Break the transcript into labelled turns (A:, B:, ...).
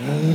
A: Mmh.